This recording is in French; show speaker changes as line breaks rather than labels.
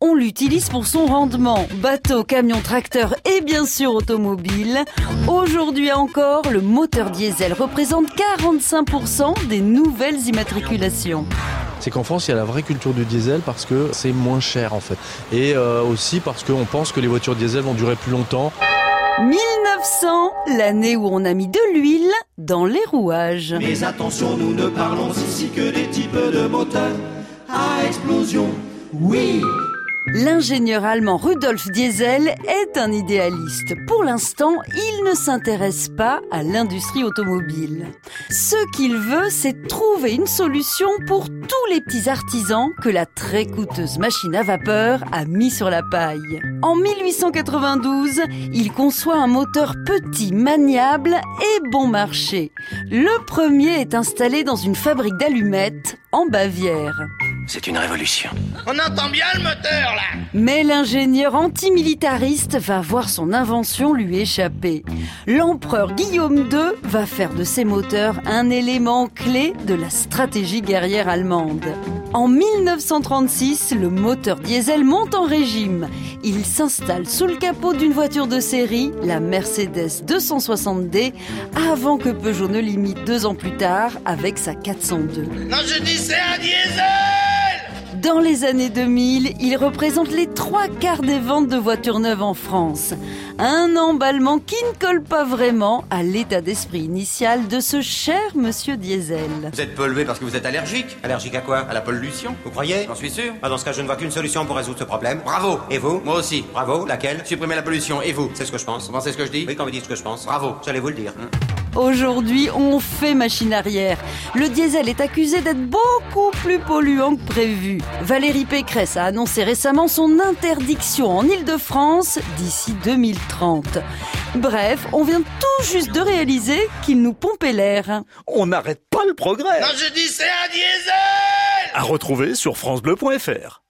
on l'utilise pour son rendement. Bateau, camion, tracteur et bien sûr automobile. Aujourd'hui encore, le moteur diesel représente 45% des nouvelles immatriculations
c'est qu'en France, il y a la vraie culture du diesel parce que c'est moins cher en fait. Et euh, aussi parce qu'on pense que les voitures diesel vont durer plus longtemps.
1900, l'année où on a mis de l'huile dans les rouages.
Mais attention, nous ne parlons ici que des types de moteurs à explosion. Oui
L'ingénieur allemand Rudolf Diesel est un idéaliste. Pour l'instant, il ne s'intéresse pas à l'industrie automobile. Ce qu'il veut, c'est trouver une solution pour tous les petits artisans que la très coûteuse machine à vapeur a mis sur la paille. En 1892, il conçoit un moteur petit, maniable et bon marché. Le premier est installé dans une fabrique d'allumettes en Bavière.
C'est une révolution.
On entend bien le moteur là
Mais l'ingénieur antimilitariste va voir son invention lui échapper. L'empereur Guillaume II va faire de ces moteurs un élément clé de la stratégie guerrière allemande. En 1936, le moteur diesel monte en régime. Il s'installe sous le capot d'une voiture de série, la Mercedes 260D, avant que Peugeot ne l'imite deux ans plus tard avec sa 402.
Non, je dis c'est un diesel
dans les années 2000, il représente les trois quarts des ventes de voitures neuves en France. Un emballement qui ne colle pas vraiment à l'état d'esprit initial de ce cher monsieur Diesel.
Vous êtes pollué parce que vous êtes allergique.
Allergique à quoi
À la pollution.
Vous croyez
J'en suis sûr.
Ah, Dans ce cas, je ne vois qu'une solution pour résoudre ce problème.
Bravo.
Et vous
Moi aussi.
Bravo, laquelle
Supprimer la pollution. Et vous
C'est ce que je pense.
Vous pensez ce que je dis
Oui, quand vous dites ce que je pense.
Bravo.
J'allais vous le dire.
Aujourd'hui, on fait machine arrière. Le diesel est accusé d'être beaucoup plus polluant que prévu. Valérie Pécresse a annoncé récemment son interdiction en Ile-de-France d'ici 2030. Bref, on vient tout juste de réaliser qu'il nous pompait l'air.
On n'arrête pas le progrès
Non, je dis c'est un diesel
À retrouver sur francebleu.fr